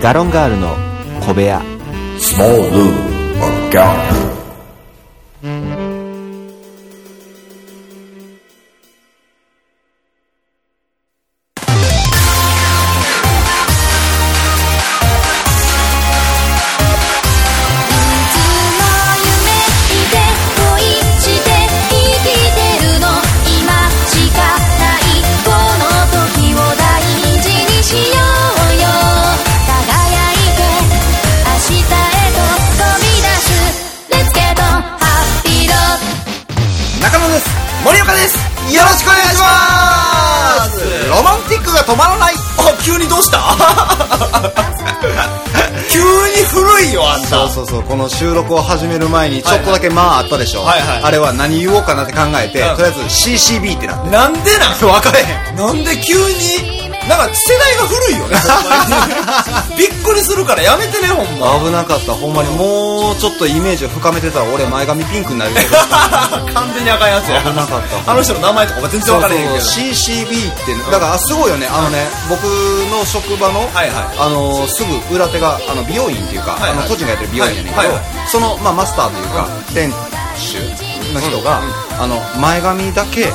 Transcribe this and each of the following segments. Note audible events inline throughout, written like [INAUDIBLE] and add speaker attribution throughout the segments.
Speaker 1: ガロンガールの小部屋
Speaker 2: Small Lou or Gallo.
Speaker 3: いつも夢見て恋して生きてるの今しかないこの時を大事にしようよ輝いて明日へと飛び出す Let's get on happy road
Speaker 4: 中野です森岡ですよろしくお願いしますロマンティックが止まらないあ急にど
Speaker 5: [LAUGHS]
Speaker 4: うした急に古いよあん
Speaker 5: そうそうそうこの収録を始める前にちょっとだけまああったでしょ、
Speaker 4: はいはい
Speaker 5: あれは何言おうかなって考えて、
Speaker 4: うん
Speaker 5: とりあえず CCB ってなって
Speaker 4: なんでなん
Speaker 5: [LAUGHS] 分かれへん
Speaker 4: なんで急になんか世代が古いよねほん
Speaker 5: [LAUGHS]
Speaker 4: まにびっくりするからやめてねほんま
Speaker 5: 危なかったほんまにもうちょっとイメージを深めてたら俺前髪ピンクになるよ
Speaker 4: 完全にあかんやつや
Speaker 5: 危なかった
Speaker 4: あの人の名前とか全然
Speaker 5: そうそ
Speaker 4: わか
Speaker 5: う
Speaker 4: らへんけど
Speaker 5: CCB ってねだからすごいよねあのね僕の職場の,、
Speaker 4: はいはい
Speaker 5: あのすぐ裏手があの美容院っていうか、
Speaker 4: はいはい
Speaker 5: あの個人がやってる美容院やねんけど、
Speaker 4: はいはい
Speaker 5: その、まあ、マスターというか、店主の人が、あの前髪だけ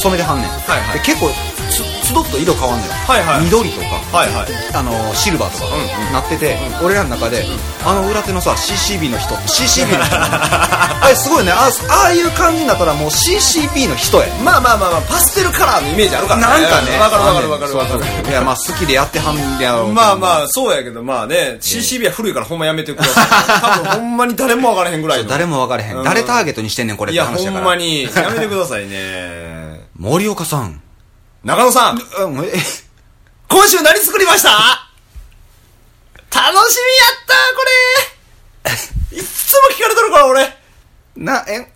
Speaker 5: 染めてはんねん、
Speaker 4: はいはい
Speaker 5: で結構つつどっと色変わんねん、
Speaker 4: はいはい
Speaker 5: 緑とか
Speaker 4: はいはい
Speaker 5: あのシルバーとかなってて、俺らの中で、あの裏手のさ CCB の人 CCB の人
Speaker 4: [LAUGHS]
Speaker 5: あれすごいねあああいう感じになったらもう CCB の人や
Speaker 4: まあまあまあまあパステルカラーのイメージあるから
Speaker 5: なんかね
Speaker 4: わかるわかるわかるわかる
Speaker 5: いやまあ好きでやってはんやろう
Speaker 4: まあま
Speaker 5: あ
Speaker 4: あ、そうやけど、まあね、CCB は古いからほんまやめてください。多分ほんまに誰もわからへんぐらいの。
Speaker 5: 誰も分かれへ
Speaker 4: うん
Speaker 5: ん誰ターゲットにしてんねんこれって
Speaker 4: いや、
Speaker 5: 話
Speaker 4: ほ
Speaker 5: や
Speaker 4: ん
Speaker 5: から
Speaker 4: まに、やめてくださいね。
Speaker 5: 森岡さん
Speaker 4: 中野さん、
Speaker 5: うんえ
Speaker 4: 今週何作りました楽しみやったこれいっつも聞かれとるから、俺。
Speaker 5: なえんん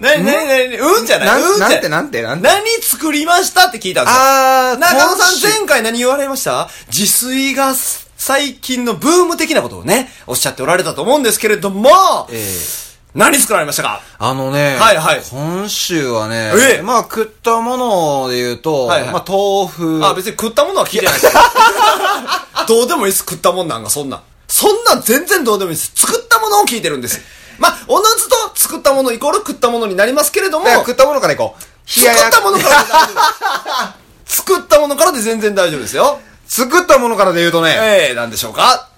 Speaker 4: なになになにうんじゃない
Speaker 5: な
Speaker 4: うんんじゃ
Speaker 5: なんてなんてなんて
Speaker 4: 何作りましたって聞いたんですよ。
Speaker 5: あー
Speaker 4: 中野さ
Speaker 5: 今
Speaker 4: ん
Speaker 5: 週
Speaker 4: 前回何言われました自炊が最近のブーム的なことをね、おっしゃっておられたと思うんですけれども、
Speaker 5: えー
Speaker 4: 何作られましたか
Speaker 5: あのね、
Speaker 4: はいはい
Speaker 5: 今週はね
Speaker 4: え、
Speaker 5: まあ食ったもので言うと、
Speaker 4: はいはい
Speaker 5: まあ豆腐、
Speaker 4: あ、別に食ったものは聞いてない
Speaker 5: [LAUGHS]
Speaker 4: ですよどうでもいいです、食ったもんなんか、そんなん。そんなん全然どうでもいいです。作ったものを聞いてるんです。まあ、おのずと作ったものイコール食ったものになりますけれども、
Speaker 5: だから食ったものからいこう。冷や
Speaker 4: 作
Speaker 5: や
Speaker 4: ったものからで大丈夫です。作ったものからで全然大丈夫ですよ。
Speaker 5: 作ったものからで言うとね、
Speaker 4: ええなんでしょうか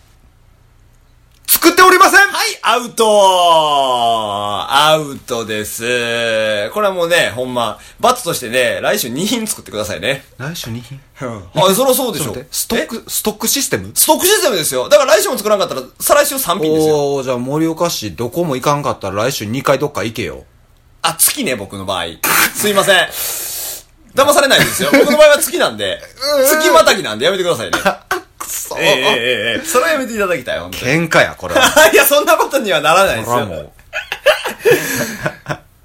Speaker 5: 作っておりません
Speaker 4: はい、アウトアウトです。これはもうね、ほんま、罰としてね、来週2品作ってくださいね。
Speaker 5: 来週2品
Speaker 4: はい、そりゃそうでし
Speaker 5: ちょっと待っ
Speaker 4: ょ
Speaker 5: て。ストック、ストックシステム
Speaker 4: ストックシステムですよ。だから来週も作らなかったら、再来週3品ですよ。
Speaker 5: おー、じゃあ盛岡市どこも行かんかったら来週2回どっか行けよ。
Speaker 4: あ、月ね、僕の場合。すいません。騙されない
Speaker 5: [LAUGHS]
Speaker 4: ですよ。僕の場合は月なんで、月またぎなんでやめてくださいね。ええええええそれはやめていただきたい、本当に。
Speaker 5: 喧嘩や、これは。
Speaker 4: [LAUGHS] いや、そんなことにはならないです
Speaker 5: これはも
Speaker 4: よ。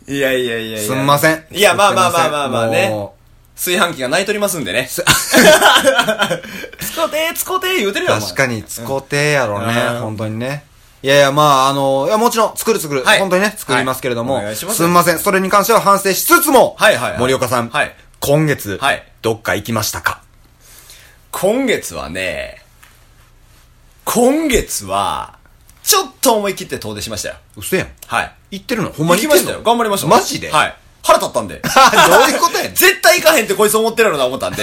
Speaker 5: う。
Speaker 4: いやいやいやいや。
Speaker 5: すんません
Speaker 4: いや、まあまあまあまあまあね。
Speaker 5: も
Speaker 4: 炊飯器が泣いとりますんでね。 [LAUGHS] つこてー、つこてー言うてるよ、お前
Speaker 5: 確かに、つこてやろ
Speaker 4: う
Speaker 5: ね、
Speaker 4: ん
Speaker 5: 本当にね。いやいや、まあ、あの、いや、もちろん、作る作る、
Speaker 4: はい
Speaker 5: 本当にね、作りますけれども、
Speaker 4: はいお願いします
Speaker 5: すんません、それに関しては反省しつつも、
Speaker 4: はいはいはい
Speaker 5: 森岡さん、
Speaker 4: はい
Speaker 5: 今月、
Speaker 4: はい
Speaker 5: どっか行きましたか
Speaker 4: 今月はね、今月は、ちょっと思い切って遠出しましたよ。
Speaker 5: 嘘やん。
Speaker 4: はい。
Speaker 5: 行ってるのほんまに
Speaker 4: 行き
Speaker 5: 行
Speaker 4: ま
Speaker 5: って
Speaker 4: し
Speaker 5: ん
Speaker 4: た
Speaker 5: の
Speaker 4: よ。頑張りました。
Speaker 5: マジで。
Speaker 4: はいい。腹立ったんで。 [LAUGHS]
Speaker 5: どういうことやねん
Speaker 4: 絶対行かへんってこいつ思ってるのな思った [LAUGHS] んで。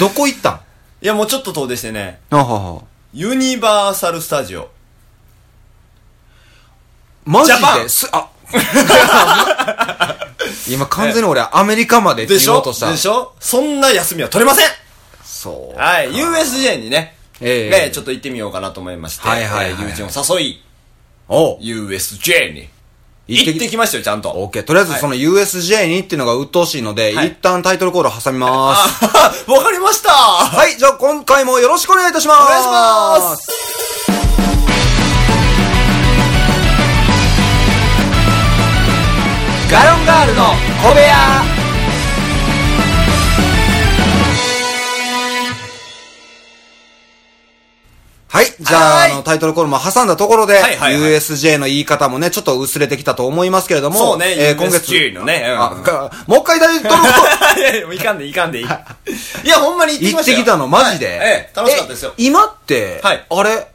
Speaker 5: どこ行ったん
Speaker 4: いや、もうちょっと遠出してね、
Speaker 5: あはは。
Speaker 4: ユニバーサルスタジオ。
Speaker 5: マジ
Speaker 4: ジャパン
Speaker 5: で、す、あ、 [LAUGHS] 今完全に俺、アメリカまで
Speaker 4: でし
Speaker 5: 言お
Speaker 4: ょ
Speaker 5: うとした。
Speaker 4: でしょそんな休みは取れません
Speaker 5: そう。
Speaker 4: はい。USJ にね、
Speaker 5: ええ
Speaker 4: ねちょっと行ってみようかなと思いまして、
Speaker 5: はいはいはい
Speaker 4: えー友人を誘い、
Speaker 5: おう
Speaker 4: USJ に行ってきましたよ、ちゃんと。
Speaker 5: OK。とりあえず、その USJ にっていうのが鬱陶しいので、
Speaker 4: はい
Speaker 5: 一旦タイトルコール挟みます。
Speaker 4: わかりま [LAUGHS] したは
Speaker 5: はい、じゃあ今回もよろしくお願いいたします。。
Speaker 4: お願いします
Speaker 5: ガロンガールの小部屋はい。じゃあ、
Speaker 4: はい
Speaker 5: あの、タイトルコールも挟んだところで、
Speaker 4: はいはいはい
Speaker 5: USJ の言い方もね、ちょっと薄れてきたと思いますけれども、
Speaker 4: そうね
Speaker 5: えー今月。
Speaker 4: USJ のねうん
Speaker 5: あかもう一回タイトルコール
Speaker 4: いやいやもういかんでいかんでいい。いや、ほんまに行ってき
Speaker 5: 行
Speaker 4: ま
Speaker 5: っ
Speaker 4: した
Speaker 5: て
Speaker 4: よ
Speaker 5: きたの、マジで。
Speaker 4: はいええ、楽しかったですよ
Speaker 5: え。今って、
Speaker 4: はい
Speaker 5: あれ、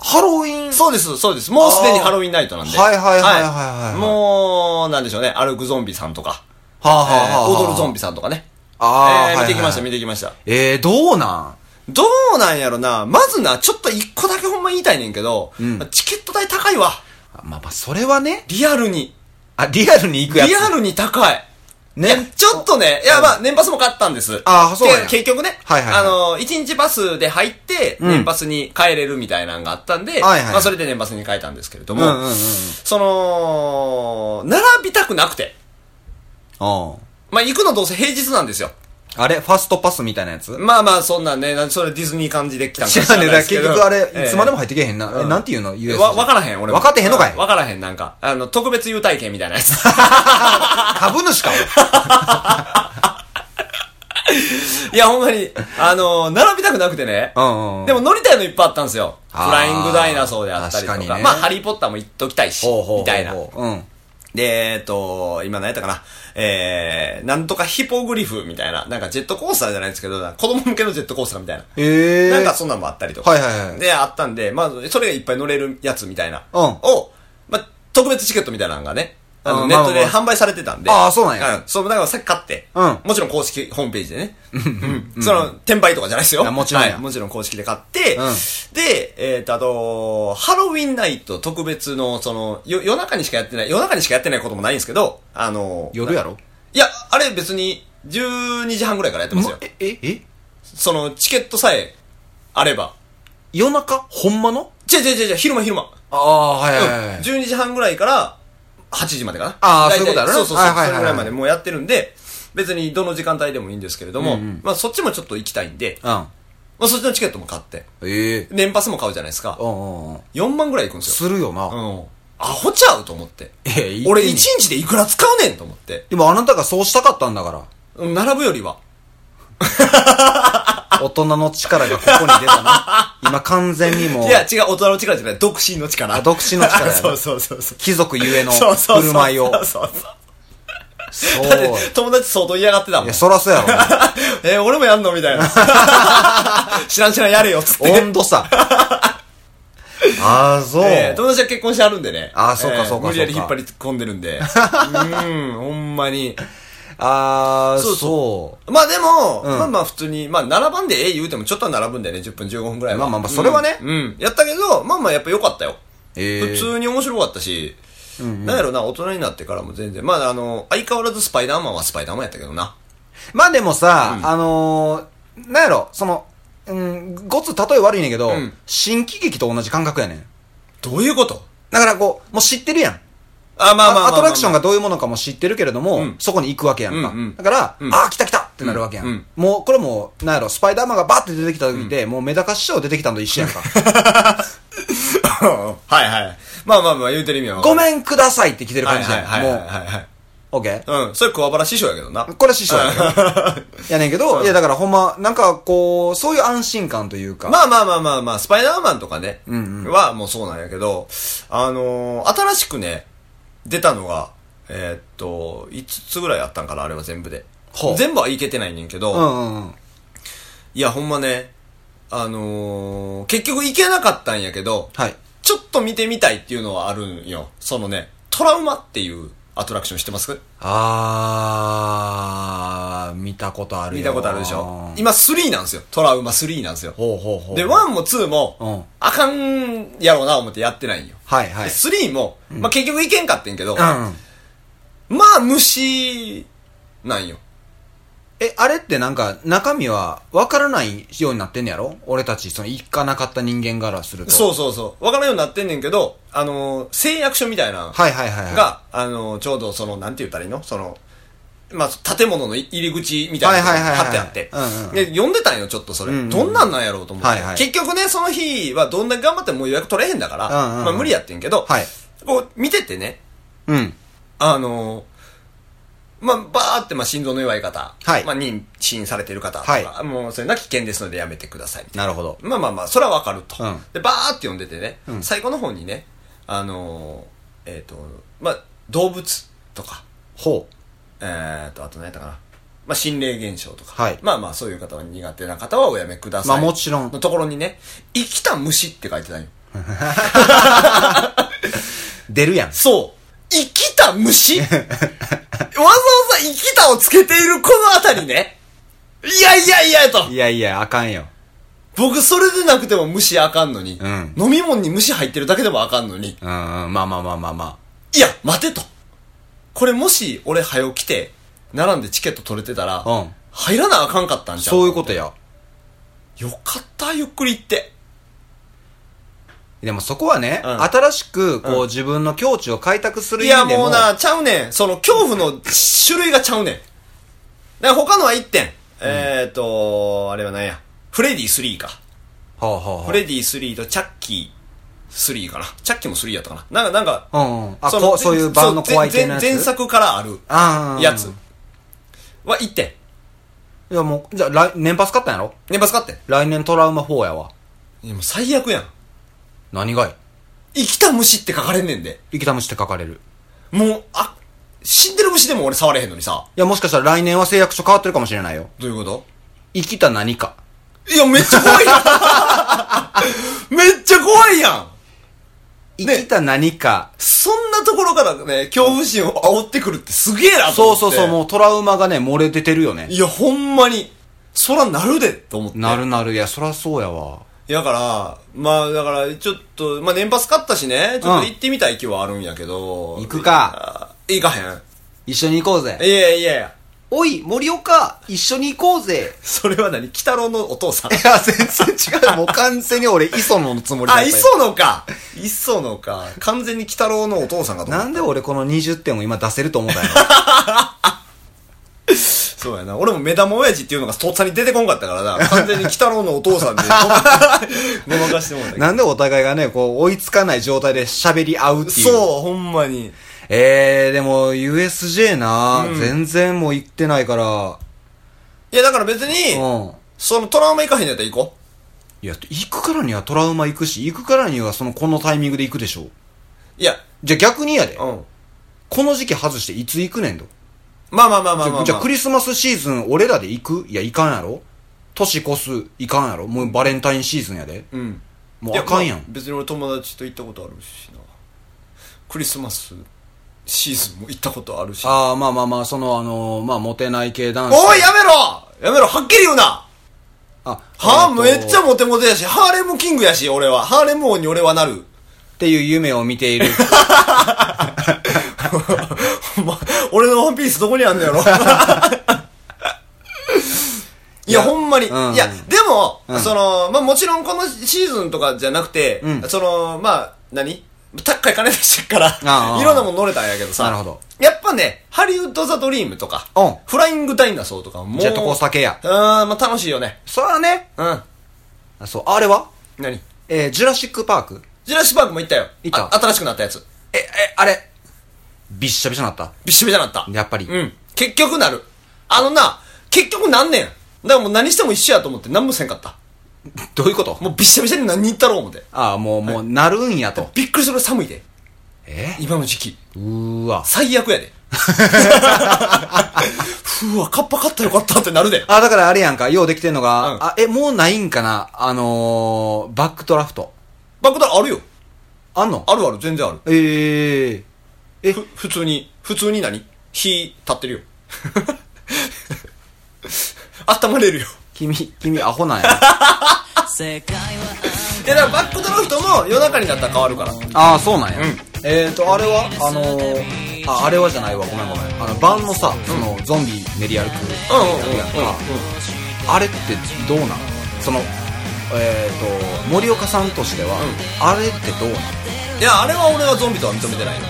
Speaker 5: ハロウィン
Speaker 4: そうです、そうです。もうすでにハロウィンナイトなんで。
Speaker 5: はいはいはいはいはい
Speaker 4: もう、なんでしょうね。歩くゾンビさんとか、
Speaker 5: はあ
Speaker 4: え
Speaker 5: はあはあ
Speaker 4: ー踊るゾンビさんとかね。
Speaker 5: あー
Speaker 4: えー見
Speaker 5: はいは
Speaker 4: てきまし
Speaker 5: いは
Speaker 4: た、
Speaker 5: い
Speaker 4: 見てきました。
Speaker 5: えー、どうなん
Speaker 4: どうなんやろな。まずな、ちょっと一個だけほんま言いたいねんけど、チケット代高いわ。
Speaker 5: まあまあ、それはね、
Speaker 4: リアルに。
Speaker 5: あ、リアルに行く
Speaker 4: リ
Speaker 5: やつ。
Speaker 4: アルに高い。
Speaker 5: ね
Speaker 4: いやちょっとね、いや、まあ、年パスも買ったんです。
Speaker 5: あーそうなんや
Speaker 4: で結局ね、
Speaker 5: はいはいはい
Speaker 4: あのー、一日バスで入って、
Speaker 5: うん
Speaker 4: 年パスに帰れるみたいなのがあったんで、
Speaker 5: はいはい
Speaker 4: まあ、それで年パスに変えたんですけれども、
Speaker 5: うんうんうんうん
Speaker 4: その、並びたくなくて、
Speaker 5: うん。
Speaker 4: まあ、行くのどうせ平日なんですよ。
Speaker 5: あれファストパスみたいなやつ
Speaker 4: まあまあ、そんなんね、なんそれディズニー感じで来たんか
Speaker 5: 知らんねえ
Speaker 4: 知
Speaker 5: だ
Speaker 4: ないで
Speaker 5: から
Speaker 4: すけ
Speaker 5: 結
Speaker 4: ど
Speaker 5: 局あれ、いつまでも
Speaker 4: ええ
Speaker 5: 入ってけへんな。え、なんていうの ?US。
Speaker 4: わ、わからへん、俺も
Speaker 5: 分かってへんのかい
Speaker 4: わからへん、なんか。あの、特別優待券みたい
Speaker 5: [LAUGHS]
Speaker 4: なやつ。
Speaker 5: 株主
Speaker 4: [LAUGHS]
Speaker 5: か、
Speaker 4: いや、ほんまに、あのー並びたくなくてね。
Speaker 5: 俺。うんうん。
Speaker 4: でも、乗りたいのいっぱいあったんですよ。フ
Speaker 5: あー
Speaker 4: ライングダイナソーであったりとか。
Speaker 5: 確かにね
Speaker 4: まあ、ハリーポッターも行っときたいし、
Speaker 5: ほうほうほうほう、
Speaker 4: みたいな。
Speaker 5: うん。
Speaker 4: で、えっと、今何やったかな。えー、なんとかヒポグリフみたいな。なんかジェットコースターじゃないんですけど、子供向けのジェットコースターみたいな。
Speaker 5: ええー。
Speaker 4: なんかそんなんもあったりとか。
Speaker 5: はいはいはい
Speaker 4: で、あったんで、まあ、それがいっぱい乗れるやつみたいな。
Speaker 5: うん
Speaker 4: を、まあ、特別チケットみたいなのがね、あ
Speaker 5: う
Speaker 4: の、
Speaker 5: ん
Speaker 4: ネット
Speaker 5: ま
Speaker 4: で
Speaker 5: あまあ
Speaker 4: 販売されてたんで。
Speaker 5: ああそうなんや
Speaker 4: うん。そう、だからさっき買って。
Speaker 5: うん
Speaker 4: もちろん公式ホームページでね。うん。その、転売とかじゃないです
Speaker 5: い
Speaker 4: よ。
Speaker 5: やもちろんや
Speaker 4: はいもちろん公式で買って。
Speaker 5: うん
Speaker 4: で、えっと、あと、ハロウィンナイト特別の、その、よ夜中にしかやってない、夜中にしかやってないこともないんですけど、あの、
Speaker 5: 夜やろ
Speaker 4: いや、あれ別に、12時半ぐらいからやってますよ
Speaker 5: ま。え、え、え
Speaker 4: その、チケットさえ、あれば。
Speaker 5: 夜中ほんまの
Speaker 4: 違う違う違う違う、昼間昼間。
Speaker 5: ああ、は
Speaker 4: うん
Speaker 5: いはいはい。
Speaker 4: 12時半ぐらいから8時までかな。
Speaker 5: あー
Speaker 4: 大
Speaker 5: そ
Speaker 4: 体
Speaker 5: ういうことやろな
Speaker 4: そうそうそ
Speaker 5: は
Speaker 4: う。
Speaker 5: いはいはい
Speaker 4: それぐらいまでもうやってるんで、別にどの時間帯でもいいんですけれども、
Speaker 5: うんうん
Speaker 4: まあそっちもちょっと行きたいんで、
Speaker 5: う
Speaker 4: ま
Speaker 5: ん。
Speaker 4: あそっちのチケットも買って、
Speaker 5: ええ
Speaker 4: 年パスも買うじゃないですか
Speaker 5: う。んうんうん。
Speaker 4: 4万ぐらい行くんです
Speaker 5: す
Speaker 4: よ。
Speaker 5: るよな。
Speaker 4: うん。アホちゃうと思って。
Speaker 5: ええ
Speaker 4: 俺1
Speaker 5: 言ってみ
Speaker 4: 日でいくら使うねんと思って。
Speaker 5: でもあなたがそうしたかったんだから。
Speaker 4: うん並ぶよりは。
Speaker 5: 大人の力がここに出た [LAUGHS] な。今完全にもう
Speaker 4: い、や、違う、大人の力じゃない。独身の力。
Speaker 5: あ独身の力やな
Speaker 4: [LAUGHS] そうそうそうそう。
Speaker 5: 貴族ゆえの
Speaker 4: そうそうそう
Speaker 5: 振る舞いを。
Speaker 4: そうそうそう。
Speaker 5: そう
Speaker 4: だって、友達相当嫌がってたもん。
Speaker 5: いや、そらそうやろな。
Speaker 4: えー俺もやんのみたい [LAUGHS] な。知らん知らんやれよ、つって。
Speaker 5: 温度 [LAUGHS] 差。ああ、そう。
Speaker 4: えー友達は結婚してあるんでね。
Speaker 5: あーそうかそうか
Speaker 4: 無理やり
Speaker 5: そう
Speaker 4: 引
Speaker 5: か
Speaker 4: っ張り込んでるんで。うーん、ほんまに。
Speaker 5: ああ、
Speaker 4: そう
Speaker 5: そう。
Speaker 4: [LAUGHS] まあでも、
Speaker 5: ん
Speaker 4: まあまあ普通に、まあ並ばんでええ言うてもちょっとは並ぶんでね、10分15分ぐらい
Speaker 5: ま
Speaker 4: は。
Speaker 5: あまあまあそれはね
Speaker 4: うん。うんやったけど、まあまあやっぱ良かったよ。
Speaker 5: え
Speaker 4: 普通に面白かったし、なんやろな、大人になってからも全然。まああの、相変わらずスパイダーマンはスパイダーマンやったけどな。
Speaker 5: まあでもさ、あのー、なんやろ、その、うん、ごつ例え悪いねんけど、
Speaker 4: うん
Speaker 5: 新喜劇と同じ感覚やねん。
Speaker 4: どういうこと
Speaker 5: だからこう、もう知ってるやん。
Speaker 4: あ、まあまあまあまあまあ
Speaker 5: アトラクションがどういうものかも知ってるけれども、
Speaker 4: うん
Speaker 5: そこに行くわけやんか。
Speaker 4: うんうん
Speaker 5: だから、
Speaker 4: うん
Speaker 5: ああ、来た来たってなるわけやん。
Speaker 4: うんうん
Speaker 5: もう、これもう、なんやろ、スパイダーマンがバーって出てきた時で、もうメダカ師匠出てきたのと一緒やん
Speaker 4: [LAUGHS]
Speaker 5: か。
Speaker 4: [LAUGHS] はいはい。まあまあまあ言うてる意味はわか
Speaker 5: ご
Speaker 4: る。
Speaker 5: めんくださいって来てる
Speaker 4: はい
Speaker 5: 感じ
Speaker 4: はい
Speaker 5: や
Speaker 4: は
Speaker 5: ん。
Speaker 4: いは
Speaker 5: も
Speaker 4: いは
Speaker 5: う、
Speaker 4: いはい。
Speaker 5: オッケー
Speaker 4: うん、それ桑原師匠やけどな。
Speaker 5: これ師匠
Speaker 4: [LAUGHS]
Speaker 5: やけどやねんけ
Speaker 4: そ
Speaker 5: ど、
Speaker 4: う
Speaker 5: いやだからほんま、なんかこう、そういう安心感というか。
Speaker 4: まあまあまあまあまあ、スパイダーマンとかね、
Speaker 5: んう
Speaker 4: はもうそうなんやけど、あのー新しくね、出たのが、えーっと、5つぐらいあったんかな、あれは全部で
Speaker 5: ほう。
Speaker 4: 全部はいけてないねんけど、
Speaker 5: うんうんうん。
Speaker 4: いやほんまね、あのー結局いけなかったんやけど、
Speaker 5: はい。
Speaker 4: ちょっと見てみたいっていうのはあるんよ。そのね、トラウマっていうアトラクション知ってます
Speaker 5: あー、見たことあるよ
Speaker 4: 見たことあるでしょ今3なんですよ。トラウマ3なんですよ。
Speaker 5: ほうほうほう。
Speaker 4: で、1も2
Speaker 5: うん
Speaker 4: も、あかんやろうな思ってやってないんよ。
Speaker 5: はいはい
Speaker 4: で3も、まあ、結局いけんかってんけど、
Speaker 5: うん。
Speaker 4: まあ、虫、なんよ。
Speaker 5: え、あれってなんか、中身は分からないようになってんねやろ俺たち、その、行かなかった人間からすると。。
Speaker 4: そううそうそう。わからんようになってんねんけど、あのー誓約書みたいな、
Speaker 5: はいはいはいはい。
Speaker 4: が、あのーちょうどその、なんて言ったらいいのその、まあ、建物の入り口みたいなの
Speaker 5: はいはい
Speaker 4: が
Speaker 5: はいはい
Speaker 4: 貼ってあって
Speaker 5: うんうん。
Speaker 4: で、読んでたんよ、ちょっとそれ。
Speaker 5: うんうん
Speaker 4: どんなんなんやろうと思って。
Speaker 5: はいはい
Speaker 4: 結局ね、その日はどんだけ頑張ってももう予約取れへんだから、
Speaker 5: うんうんうん
Speaker 4: まあ、無理やってんけど、
Speaker 5: はい
Speaker 4: こう、見ててね、
Speaker 5: うん。
Speaker 4: あのーまあ、バーって、まあ、心臓の弱い方。
Speaker 5: はい
Speaker 4: まあ、妊娠されてる方とか。
Speaker 5: はい
Speaker 4: もう、それな危険ですのでやめてくださいみたいな。
Speaker 5: なるほど。
Speaker 4: まあまあまあ、それはわかると。
Speaker 5: うん
Speaker 4: で、バーって読んでてね、最後の方にね、あのー、えっ、と、まあ、動物とか、
Speaker 5: ほ
Speaker 4: えっ、と、あと何やったかな。まあ、心霊現象とか。
Speaker 5: はい
Speaker 4: まあまあ、そういう方は苦手な方はおやめください。
Speaker 5: まあもちろん
Speaker 4: のところにね、生きた虫って書いてない。
Speaker 5: う。出るやん。
Speaker 4: そう。生き
Speaker 5: [LAUGHS]
Speaker 4: た虫わざわざ生きたをつけているこのあたりね。いやいやいやと。
Speaker 5: いやいや、あかんよ。
Speaker 4: 僕それでなくても虫あかんのに、
Speaker 5: うん
Speaker 4: 飲み物に虫入ってるだけでもあかんのに、
Speaker 5: うん、うんまあまあまあまあま
Speaker 4: いや、待てと。これもし俺早起きて、並んでチケット取れてたら、
Speaker 5: うん
Speaker 4: 入らなあかんかったん
Speaker 5: あ。
Speaker 4: じゃん。
Speaker 5: そういうことや。
Speaker 4: よかった、ゆっくり行って。
Speaker 5: でもそこはね、
Speaker 4: うん
Speaker 5: 新しく、こう、自分の境地を開拓する
Speaker 4: い
Speaker 5: 意
Speaker 4: や、
Speaker 5: 味でも。
Speaker 4: もうな、ちゃうねん。その恐怖の種類がちゃうねん。だから他のは1点。えーと、あれは何や。フレディ3か。
Speaker 5: はあ、はあはあ、
Speaker 4: フレディ3とチャッキー3かな。チャッキーも3やったかな。なんか、なんか、
Speaker 5: うんうん。あ、
Speaker 4: その
Speaker 5: こう、そういう場の怖い系のやつ。
Speaker 4: 前前前作からある
Speaker 5: ああ。
Speaker 4: やつは1点。
Speaker 5: いやもう、じゃあ来、年パス買ったんやろ
Speaker 4: 年パス買って。
Speaker 5: 来年トラウマ4やわ。
Speaker 4: いやもう最悪やん。
Speaker 5: 何がい
Speaker 4: 生きた虫って書かれんねんで。
Speaker 5: 生きた虫って書かれる。
Speaker 4: もう、あ、死んでる虫でも俺触れへんのにさ。
Speaker 5: いや、もしかしたら来年は誓約書変わってるかもしれないよ。
Speaker 4: どういうこと
Speaker 5: 生きた何か。
Speaker 4: いや、めっちゃ怖いやん [LAUGHS] めっちゃ怖いやん
Speaker 5: 生きた何か。
Speaker 4: そんなところからね、恐怖心を煽ってくるってすげえなと
Speaker 5: そ
Speaker 4: 思
Speaker 5: う
Speaker 4: って。
Speaker 5: そうそう、もうトラウマがね、漏れ出てるよね。
Speaker 4: いや、ほんまに、そらなるで、と思って。
Speaker 5: なるなる、いや、そらそうやわ。
Speaker 4: だから、まあ、だから、ちょっと、まあ、年パス買ったしね、ちょ
Speaker 5: う
Speaker 4: っ
Speaker 5: ん
Speaker 4: と行ってみたい気はあるんやけど。
Speaker 5: 行くか
Speaker 4: いや。行か
Speaker 5: 一緒に行こう
Speaker 4: へん。
Speaker 5: ぜ。
Speaker 4: いやいやいや。
Speaker 5: おい、森岡、一緒に行こうぜ。
Speaker 4: それは何鬼太郎のお
Speaker 5: [LAUGHS]
Speaker 4: 父さん。
Speaker 5: いや、全然違う。もう完全に俺、磯野のつもりだった
Speaker 4: あ、磯野か磯野か。完全に鬼太郎のお父さんかと思っ
Speaker 5: な
Speaker 4: た
Speaker 5: んで俺この20点を今出せると思ったん [LAUGHS] やろ。
Speaker 4: そうやな。俺も目玉親父っていうのがとっさに出てこんかったか
Speaker 5: [LAUGHS]
Speaker 4: らな。完全に鬼太郎のお父さんで、ごまかしてもらったけど
Speaker 5: なんでお互いがね、こう、追いつかない状態で喋り合うっていう。
Speaker 4: そう、ほんまに。
Speaker 5: えー、でも、USJ な、全然もう行ってないから、
Speaker 4: いや、だから別に、
Speaker 5: うん。
Speaker 4: そのトラウマ行かへんやったら行こ
Speaker 5: いや、行くからにはトラウマ行くし、行くからにはその、このタイミングで行くでしょ。
Speaker 4: う。いや、
Speaker 5: じゃあ逆にやで。
Speaker 4: うん。
Speaker 5: この時期外していつ行くねんと。
Speaker 4: まあまあまあまあまあ、まあ。
Speaker 5: じゃあクリスマスシーズン俺らで行くいや、行かんやろ年越す、行かんやろもうバレンタインシーズンやで。
Speaker 4: うん。
Speaker 5: もうあかんや
Speaker 4: い
Speaker 5: ん。
Speaker 4: 別に俺友達と行ったことあるしな。クリスマスシーズンも行ったことあるし。
Speaker 5: ああ、まあまあまあ、その、あのーまあ、モテない系男子。
Speaker 4: おい、やめろやめろはっきり言うな
Speaker 5: あ、
Speaker 4: は
Speaker 5: えーと
Speaker 4: めっちゃモテモテやし、ハーレムキングやし、俺は。ハーレム王に俺はなる。
Speaker 5: っていう夢を見て
Speaker 4: [LAUGHS]
Speaker 5: いる。
Speaker 4: ほんま、俺のワンピースどこにあんのやろいや、
Speaker 5: いや
Speaker 4: ほんまに。
Speaker 5: うん
Speaker 4: いや、でも、
Speaker 5: うん
Speaker 4: その、まあ、もちろんこのシーズンとかじゃなくて、
Speaker 5: うん
Speaker 4: その、まあ、何高い金出してっか
Speaker 5: あ
Speaker 4: ら、
Speaker 5: あ
Speaker 4: いろんなもん乗れたんやけどさ。
Speaker 5: なるほど。
Speaker 4: やっぱね、ハリウッド・ザ・ドリームとか、
Speaker 5: うん
Speaker 4: フライング・ダイナソーとかもう、
Speaker 5: ジェットコースター系や
Speaker 4: うん、まあ、楽しいよね。
Speaker 5: そらね。
Speaker 4: うん。
Speaker 5: あそう、あれは
Speaker 4: 何
Speaker 5: えージュラシックパーク
Speaker 4: ジュラシックパークも行ったよ。
Speaker 5: 行った
Speaker 4: あ新しくなったやつ。
Speaker 5: え、え、あれ。びっしゃびしゃなった。
Speaker 4: びっしょびしょなった。
Speaker 5: やっぱり
Speaker 4: うん。結局なる。あのな、結局なんねん。だからもう何しても一緒やと思って何もせんかった。
Speaker 5: どういうこと
Speaker 4: もうびっしょびしょに何人行ったろう思って。
Speaker 5: ああ、もう、もう、なるんやと。
Speaker 4: びっくりする寒いで。
Speaker 5: え
Speaker 4: 今の時期。
Speaker 5: うーわ。
Speaker 4: 最
Speaker 5: [LAUGHS]
Speaker 4: 悪やで。ふわ、カッパ買ったらよかったってなるで。
Speaker 5: あ、だからあれやんか、ようできてんのが、
Speaker 4: うん
Speaker 5: あ、え、もうないんかなあのー、バックドラフト。
Speaker 4: バックドラあるよ。
Speaker 5: あんの
Speaker 4: あるある、全然ある。
Speaker 5: えええ
Speaker 4: ふ、普通に、普通に何火立ってるよ。 [LAUGHS] 温ま
Speaker 5: [LAUGHS]
Speaker 4: れるよ。
Speaker 5: 君、君アホなんや。
Speaker 4: いや、だからバックドラフトも夜中になったら変わるから。
Speaker 5: [LAUGHS] ああ、そうなんや。えっ、ー、と、あれは、あのー、あ、あれはじゃないわ、ごめんごめん。あの、晩のさ、その、ゾンビ練り歩く
Speaker 4: うんうんうんうん
Speaker 5: やんか、あれってどうなのその、えっ、ー、と、森岡さんとしては、あれってどうなの
Speaker 4: いや、あれは俺はゾンビとは認めてないよ。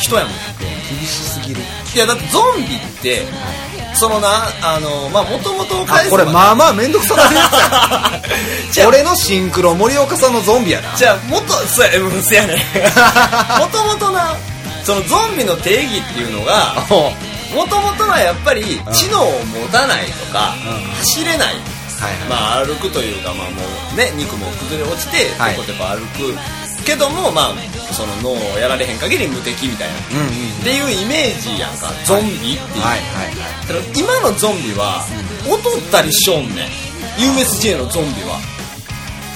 Speaker 4: 人やもん。
Speaker 5: 厳しすぎる。
Speaker 4: いやだってゾンビってそのなあのまあもともと
Speaker 5: あ、これまあまあめんどくさなるや
Speaker 4: [LAUGHS]
Speaker 5: つ [LAUGHS]
Speaker 4: じゃ
Speaker 5: やん。
Speaker 4: あ
Speaker 5: 俺のシンクロ、森岡さんのゾンビやな。
Speaker 4: じゃあ元そうやうん [LAUGHS] そうやねもともとなそのゾンビの定義っていうのが
Speaker 5: おう
Speaker 4: もともとはやっぱり知能を持たないとか、走れな
Speaker 5: は
Speaker 4: い、
Speaker 5: いはい
Speaker 4: まあ、歩くというか、まあもうね、肉も崩れ落ちて
Speaker 5: はい
Speaker 4: テコテコ歩くけども、まあ、その脳をやられへん限り無敵みたいな、
Speaker 5: うんうん
Speaker 4: っていうイメージやんかゾンビっていう、
Speaker 5: はいはいはい
Speaker 4: だから今のゾンビは劣ったりしょんねん USJ のゾンビは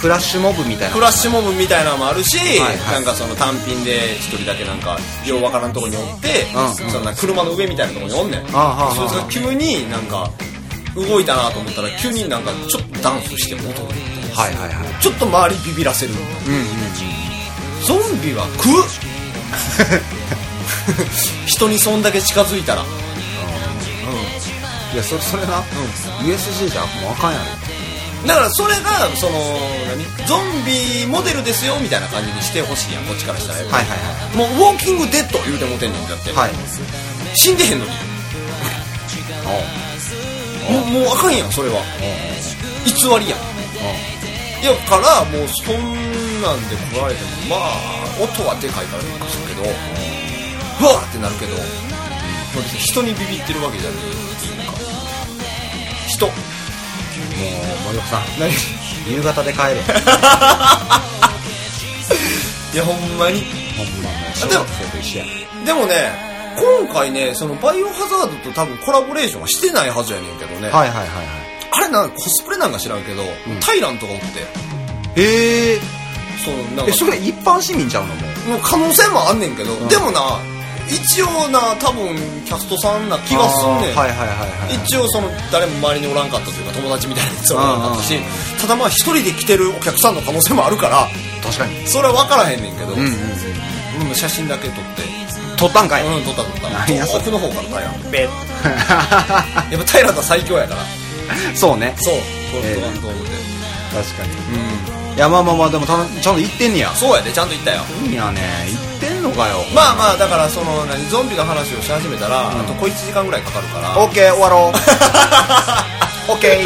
Speaker 5: フラッシュモブみたいな
Speaker 4: フラッシュモブみたいなのもあるし、
Speaker 5: はいはい
Speaker 4: なんかその単品で一人だけなんかようわからんとこにおって、
Speaker 5: うん
Speaker 4: そんな車の上みたいなとこにおんねん
Speaker 5: あはあ
Speaker 4: そいつが急になんか動いたなと思ったら急になんかちょっとダンスして戻る
Speaker 5: はいはいはい
Speaker 4: ちょっと周りビビらせる、ゾンビは食う [LAUGHS] 人にそんだけ近づいたら
Speaker 5: いやそれそれな、USJ じゃもうあかんやろ
Speaker 4: だからそれがその何ゾンビモデルですよみたいな感じにしてほしいやんこっちからしたら
Speaker 5: はいはいは
Speaker 4: もうウォーキングデッド言うてもうてんねんだって、
Speaker 5: はい
Speaker 4: 死んでへんのにもうもうあかんやんそれは偽りやんいやからもうそんなんで来られてもまあ音はでかいからびっくりするけどうわーってなるけどまあ別に人にビビってるわけじゃないなんか人
Speaker 5: もう森岡さん夕方で帰れ
Speaker 4: いやほんまに
Speaker 5: ほんまもう小
Speaker 4: でも
Speaker 5: 学生と一緒や
Speaker 4: でもね今回ねそのバイオハザードと多分コラボレーションはしてないはずやねんけどね、
Speaker 5: はいはいはいはい
Speaker 4: あれなんコスプレなんか知らんけど、タイランとかおって
Speaker 5: ええ
Speaker 4: そうなん
Speaker 5: え
Speaker 4: か
Speaker 5: それ一般市民ちゃうのもう
Speaker 4: もう可能性もあんねんけど、でもな一応な多分キャストさんな気がすん
Speaker 5: あー
Speaker 4: ねん、
Speaker 5: はいはいはいはい
Speaker 4: 一応その誰も周りにおらんかったというか友達みたいなやつはおらんかった
Speaker 5: う
Speaker 4: ししただまあ一人で来てるお客さんの可能性もあるから
Speaker 5: 確かに
Speaker 4: それは分からへんねんけど、
Speaker 5: うんうん
Speaker 4: 俺も写真だけ撮って
Speaker 5: 撮ったんかい、
Speaker 4: うん撮った撮った
Speaker 5: 何やそれ
Speaker 4: 奥の方からタイランベッやっぱタイランは最強やから
Speaker 5: [LAUGHS] そうね
Speaker 4: そうゴ
Speaker 5: ええ
Speaker 4: ールドワンドームで、
Speaker 5: 確かにうんいやまあまあまあでもたのちゃんと行ってんねや
Speaker 4: そうやでちゃんと行ったよ
Speaker 5: いいやね行ってんのかよ
Speaker 4: まあまあだからその何ゾンビの話をし始めたら、あと小1時間ぐらいかかるから
Speaker 5: オッケー終わ [LAUGHS] ろうオッケ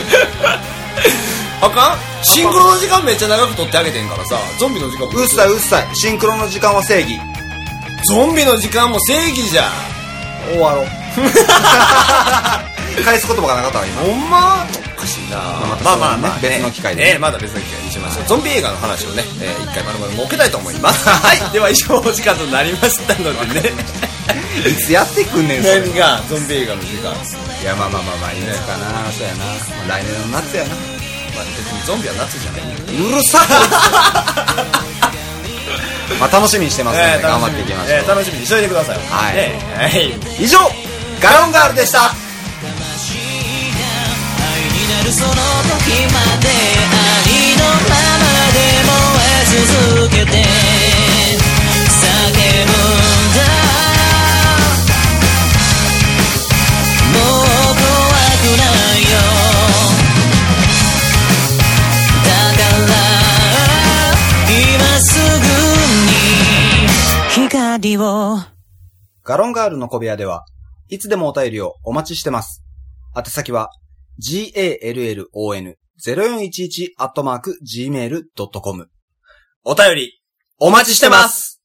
Speaker 4: あかんシンクロの時間めっちゃ長く取ってあげてんからさゾンビの時間も
Speaker 5: ーうっさいうっさいシンクロの時間は正義
Speaker 4: ゾンビの時間も正義じゃん
Speaker 5: 終わろう [LAUGHS] 返す言葉がなかったわ今
Speaker 4: ほんまおかしいな
Speaker 5: まあまあまあね別の機会で
Speaker 4: ねまだ別の機会にしましょうゾンビ映画の話をね、えー一回まるまる設けたいと思い
Speaker 5: [LAUGHS]
Speaker 4: ますはいでは以上お時間となりましたのでね [LAUGHS]
Speaker 5: いつやってくんねんそれ
Speaker 4: 何がゾンビ映画の時間
Speaker 5: いやまあまあまあまあいいですかなそうやなまあ来年の夏やな
Speaker 4: まあ別にゾンビは夏じゃないう
Speaker 5: るさい [LAUGHS] まあ楽しみにしてますので、
Speaker 4: えー
Speaker 5: 頑張
Speaker 4: 楽
Speaker 5: っ
Speaker 4: み
Speaker 5: ていきましょう、
Speaker 4: えー楽しみにしといてください
Speaker 5: はい
Speaker 4: ねはい
Speaker 5: 以上ガロンガールでした
Speaker 6: 愛になるその時まで愛のままで燃え続けて叫ぶんだもう怖くないよだから今すぐに光を
Speaker 5: ガロンガールの小部屋では、いつでもお便りをお待ちしてます。宛先は、gallon0411-gmail.com。
Speaker 4: お便り
Speaker 5: お待ちしてます